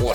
我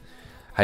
还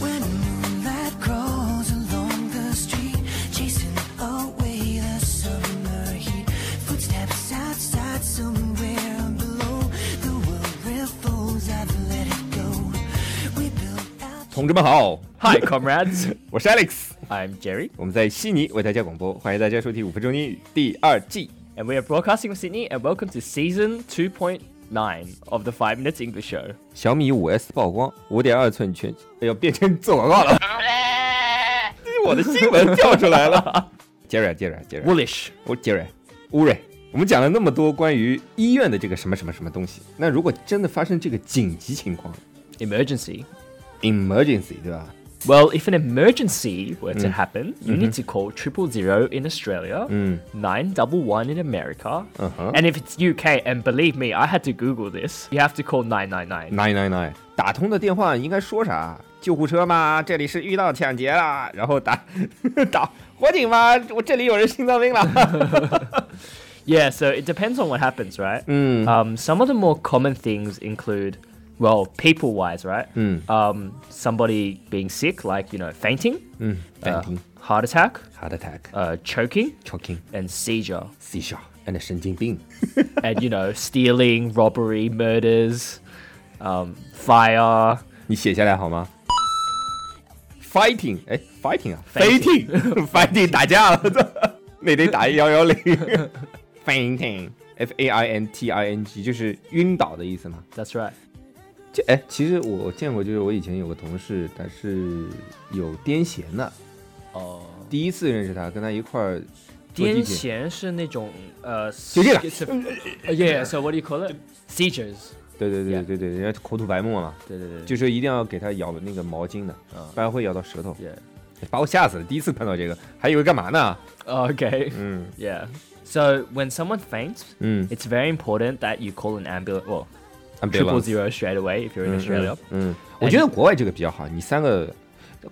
When moonlight crawls along the street, chasing away the summer heat. Footsteps outside somewhere below. The world revolves. I've let it go. We built out. 同志们好， Hi comrades, 我是 Alex， I'm Jerry, 我们在悉尼为大家广播，欢迎大家收听《五分钟英语》第二季。 and we are broadcasting from Sydney. And welcome to season 2.9 of the Five Minutes English Show. 小米五 S 曝光，五点二寸全，哎呦，变成做广告了。 这是我的新闻跳出来了。杰瑞，杰瑞，杰瑞， Woolish. 我杰瑞，乌瑞，我们讲了那么多关于医院的这个什么什么什么东西，那如果真的发生这个紧急情况 Emergency. ，emergency，对吧？ Well, if an emergency were to happen, you need to call triple zero in Australia, nine double one in America, Uh-huh. and if it's UK, and believe me, I had to Google this. You have to call nine nine nine. nine nine nine，打通的电话应该说啥？救护车吗？这里是遇到抢劫啦，然后打 打火警吗？我这里有人心脏病了。 Yeah, so it depends on what happens, right? 嗯 Um, some of the more common things include, well, people wise, right? Um, somebody being sick, like, you know, fainting, 嗯， uh, 暂停。 heart attack, Heart attack, uh, choking, choking, and seizure. C s h a r and 神经病。 and, you know, stealing, robbery, murders, um, fire, 你写下来好吗？Fighting，哎，fighting 啊 Fighting ，fighting，fighting 打架了，那得打幺幺零。Fainting，F A I N T I N G，就是晕倒的意思吗？ That's right. 就哎，其实我见过，就是我以前有个同事，他是有癫痫的。哦，第一次认识他，跟他一块儿坐地癫铁，痫是那种呃，就这个 Yeah, so what do you call it? Seizures. 对对对 Yeah 对对，人家口吐白沫嘛，对对对，嗯就说一定要给他咬那个毛巾的，不然会咬到舌头， Yeah. 把我吓死了。第一次碰到这个，还以为干嘛呢？Oh, Okay. 嗯 Yeah. So when someone faints, 嗯啊 it's very important that you call an ambulance. Well, ，I'm big one triple zero straight away if you're in 嗯 Australia. 嗯，嗯我觉得国外这个比较好，你三个。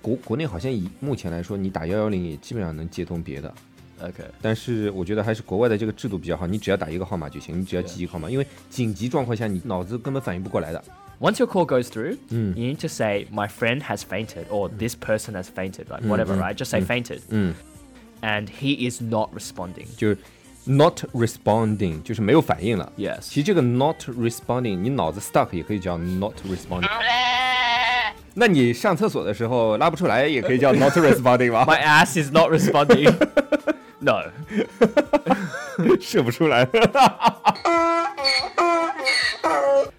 国国内好像以目前来说，你打幺幺零也基本上能接通别的， Okay. 但是我觉得还是国外的这个制度比较好，你只要打一个号码就行，你只要记一个号码，因为紧急状况下你脑子根本反应不过来的。 Once your call goes through, Mm. you need to say my friend has fainted or this person has fainted, like whatever, mm, right? Just say fainted, 嗯， and he is not responding. 就是 not responding，就是没有反应了。其 Yes. 实这个 not responding，你脑子 stuck 也可以叫 not responding。那你上厕所的时候拉不出来，也可以叫 not responding 吧？ My ass is not responding. no. 射不出来。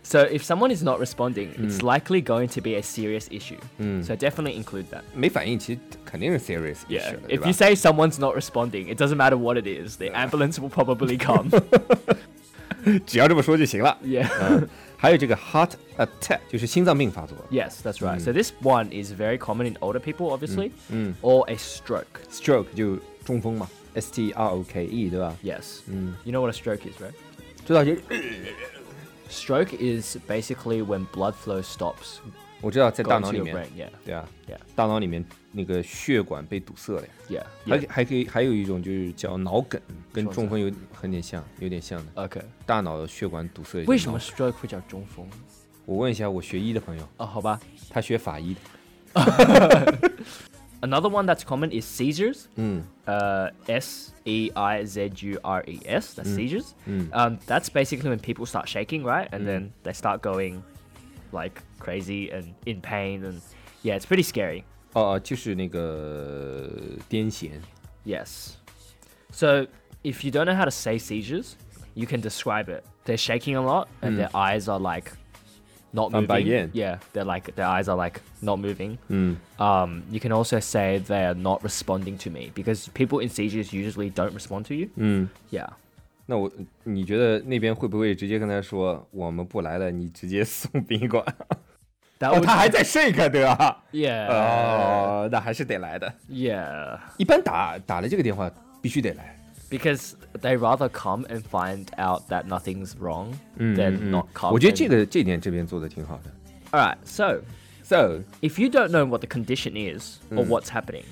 So if someone is not responding, it's likely going to be a serious issue. So definitely include that. 没反应，其实肯定是 serious issue 了对 If 吧 you say someone's not responding, it doesn't matter what it is. The ambulance will probably come. 只要这么说就行了。 yeah. 嗯，还有这个 heart attack，就是心脏病发作 Yes, that's right. So this one is very common in older people, obviously, or a stroke. ，stroke 就中风嘛，S T R O K E 对吧？ Yes. You know what a stroke is, right? 知道就 Stroke is basically when blood flow stops 我知道在大 going 脑里 to your 面 brain.，Yeah. 对啊 Yeah.，大脑里面那个血管被堵塞了呀。 Yeah. 还 yeah. 还可以还有一种就是叫脑梗，跟什么中风有很点像，有点像的， Okay. 大脑血管堵塞。为什么？stroke 会叫中风？我问一下我学医的朋友，哦，好吧。他学法医的。 Another one that's common is seizures. 嗯 uh, S E I Z U R E S. That's seizures. Um, that's basically when people start shaking, right? And then they start going like crazy and in pain, and yeah, it's pretty scary. 哦、就是那个癫痫。 Yes. So if you don't know how to say seizures, you can describe it. They're shaking a lot, and their eyes are like not Done moving. by yin. Yeah, they're like their eyes are like not moving. Mm. Um, you can also say they are not responding to me because people in seizures usually don't respond to you. 嗯， Yeah. 那我你觉得那边会不会直接跟他说我们不来了，你直接送殡仪馆？ 啊 That 哦， would- 他还在 shake 对吧？Uh. yeah. 哦，啊那还是得来的。 Yeah. 一般打打了这个电话必须得来。 Because they rather come and find out that nothing's wrong Hmm, than not come. 嗯我觉得 and- 这个这一点这边做的挺好的。 All right. So So， if you don't know what the condition is Mm. or what's happening,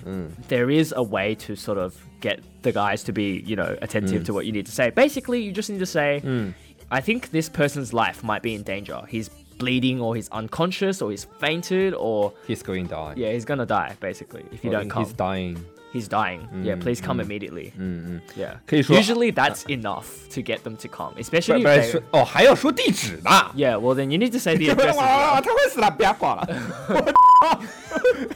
there is a way to sort of get the guys to be, you know, attentive Mm. to what you need to say. Basically, you just need to say, I think this person's life might be in danger. He's bleeding or he's unconscious or he's fainted or he's going down. yeah, he's gonna die basically if you Or don't come. he's Mm, dying. He's dying. yeah, please come immediately. mm, Yeah. 可以说- Usually that's enough to get them to come, 不 especially 不然 if they, 说哦，还要说地址呢。 yeah. Well, then you need to say the 这边 address. 哇， as 他会死的，不要挂 了。我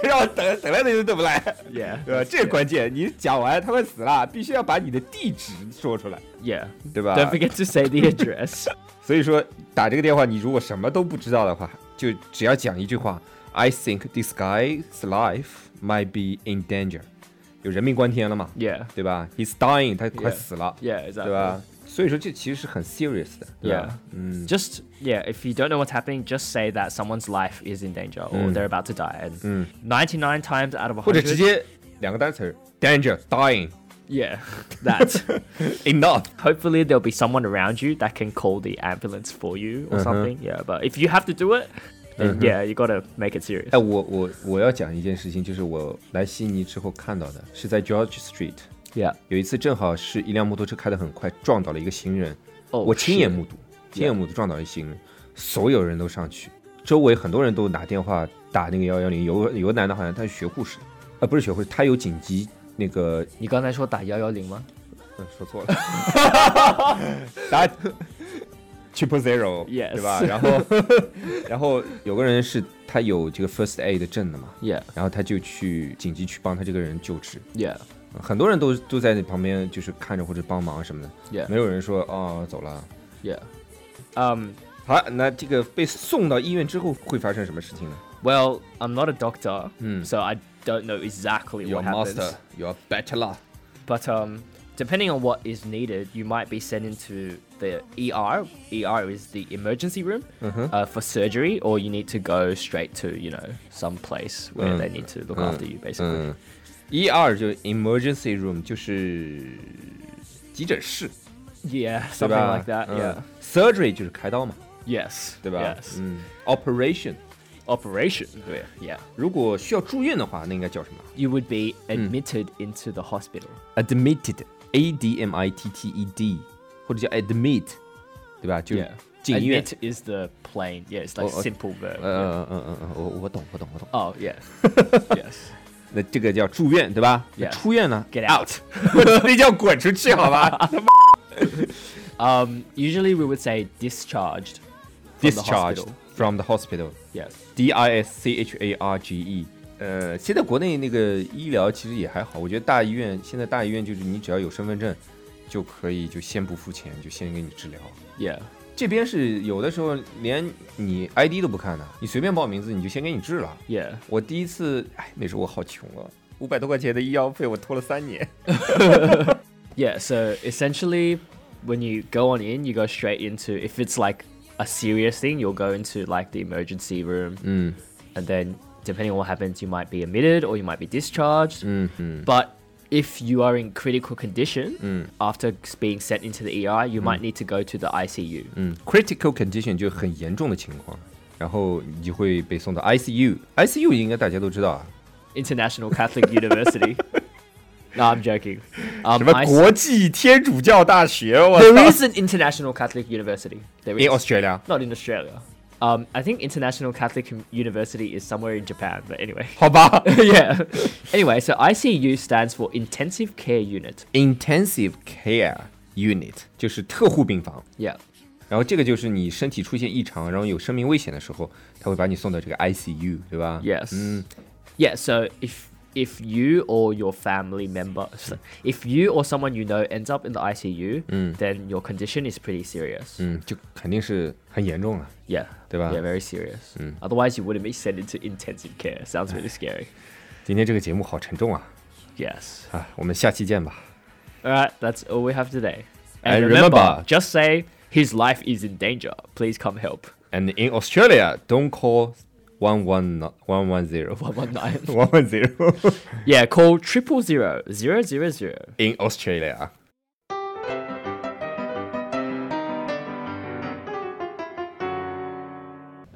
让我等等来等去等不 来， Yeah. 对吧？呃这是关键，你讲完他会死了，必须要把你的地址说出来， well. Yeah. 对吧 Don't forget to say the address. 所以说打这个电话，你如果什么都不知道的话，就只要讲一句话：I think this guy's life might be in danger，有人命关天了嘛 yeah. 对吧？He's dying，他快死了 Yeah. Exactly. 对吧？所以说这其实是很 serious 的，对 Yeah. 吧？嗯。 Just yeah, if you don't know what's happening, just say that someone's life is in danger or Mm. they're about to die. And 99 times out of 或者 100, 直接两个单词儿 danger dying yeah, that. enough。 Hopefully there'll be someone around you that can call the ambulance for you Uh-huh. or something. Yeah, but if you have to do it, then yeah, you gotta make it serious. 哎，我我我要讲一件事情，就是我来悉尼之后看到的，是在 George Street， Yeah. 有一次正好是一辆摩托车开得很快，撞倒了一个行人，，Oh，哦我亲眼目睹，亲眼目睹撞倒一行人，所有人都上去，周围很多人都拿电话打那个幺幺零，有有个男的好像他是学护士，呃，不是学护士，他有紧急那个，你刚才说打幺幺零吗呃说错 了，打 triple zero， Yes 对吧？然后 然后有个人是他有这个 first aid 的证的嘛。 ？Yeah, 然后他就去紧急去帮他这个人救治， yeah, 很多人都都在那旁边就是看着或者帮忙什么的 Yeah 没有人说哦走了。 yeah. Um, 好，那这个被送到医院之后会发生什么事情呢 well, I'm not a doctor, Hmm. so I don't know exactly ？Your what happens. master, your bachelor. But um, depending on what is needed, you might be sent into the ER. ER is the emergency room uh, for surgery, or you need to go straight to you know some place where Mm. they need to look Mm. after you, basically. 嗯，ER 就是 emergency room，就是急诊室， Yeah, 对 something 吧 like that. 嗯 Yeah. Surgery 就是开刀嘛， Yes. 对吧 Yes. 嗯，Operation， Operation. Yeah. Yeah. 如果需要住院的话，那应该叫什么 You would be admitted into the hospital. ？Admitted，A D M I T T E D，或者叫 admit，对吧？就 Yeah. 进医院。 Admit is the plain. Yeah, it's like Oh, oh. simple verb. 呃嗯嗯嗯，我我懂我懂我懂。 Oh yeah. yes. 那这个叫住院对吧？那 Yes. 出院呢 Get out. 那叫滚出去好 吧 Um, usually we would say discharged. from the ？Discharged hospital. from the hospital. Yes. D I S C H A R G E。呃，现在国内那个医疗其实也还好，我觉得大医院现在大医院就是你只要有身份证，就可以就先不付钱，就先给你治疗。 Yeah. 这边是有的时候连你 ID 都不看的，你随便报名字你就先给你治了。 Yeah. 我第一次，哎，那时候我好穷啊，五百多块钱的医药费我拖了三年。 Yeah. So essentially, when you go on in, you go straight into if it's like a serious thing, you'll go into like the emergency room, 嗯。 and then depending on what happens, you might be admitted or you might be discharged. 嗯嗯 But if you are in critical condition after being sent into the ER, you might need to go to the ICU. 嗯，critical condition 就很严重的情况，然后你就会被送到 ICU。ICU 应该大家都知道啊， International Catholic University. No, I'm joking. Um, 什么 I- 国际天主教大学，我 there is an International Catholic University. There in is. Australia。 not in Australia. Um, I think International Catholic Com- University is somewhere in Japan, but anyway. 好吧 yeah. Anyway, so ICU stands for Intensive Care Unit. ，intensive care unit 就是特护病房。 Yeah. 然后这个就是你身体出现异常，然后有生命危险的时候，他会把你送到这个 ICU，对吧 Yes. 嗯 Yeah, so if if you or your family member, so if you or someone you know ends up in the ICU, then your condition is pretty serious. 嗯，就肯定是很严重啊了。 Yeah. Diba? Yeah, very serious. Mm. Otherwise, you wouldn't be sent into intensive care. Sounds really scary. 今天这个节目好沉重啊 Yes. 啊！我们下期见吧。 All right, that's all we have today. And remember- just say his life is in danger. Please come help. And in Australia, don't call one one one one zero One one nine. one one zero yeah, call triple zero zero zero zero. in Australia. 啊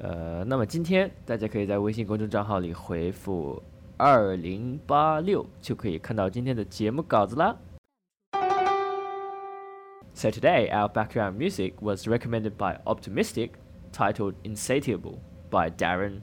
Uh, 那么今天大家可以在微信公众账号里回复二零八六，就可以看到今天的节目稿子啦。So today our background music was recommended by Optimistic, titled Insatiable by Darren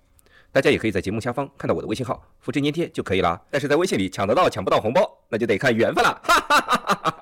大家也可以在节目下方看到我的微信号，复制粘贴就可以了。但是在微信里抢得到抢不到红包，那就得看缘分了。哈哈哈哈哈哈。Oh, oh.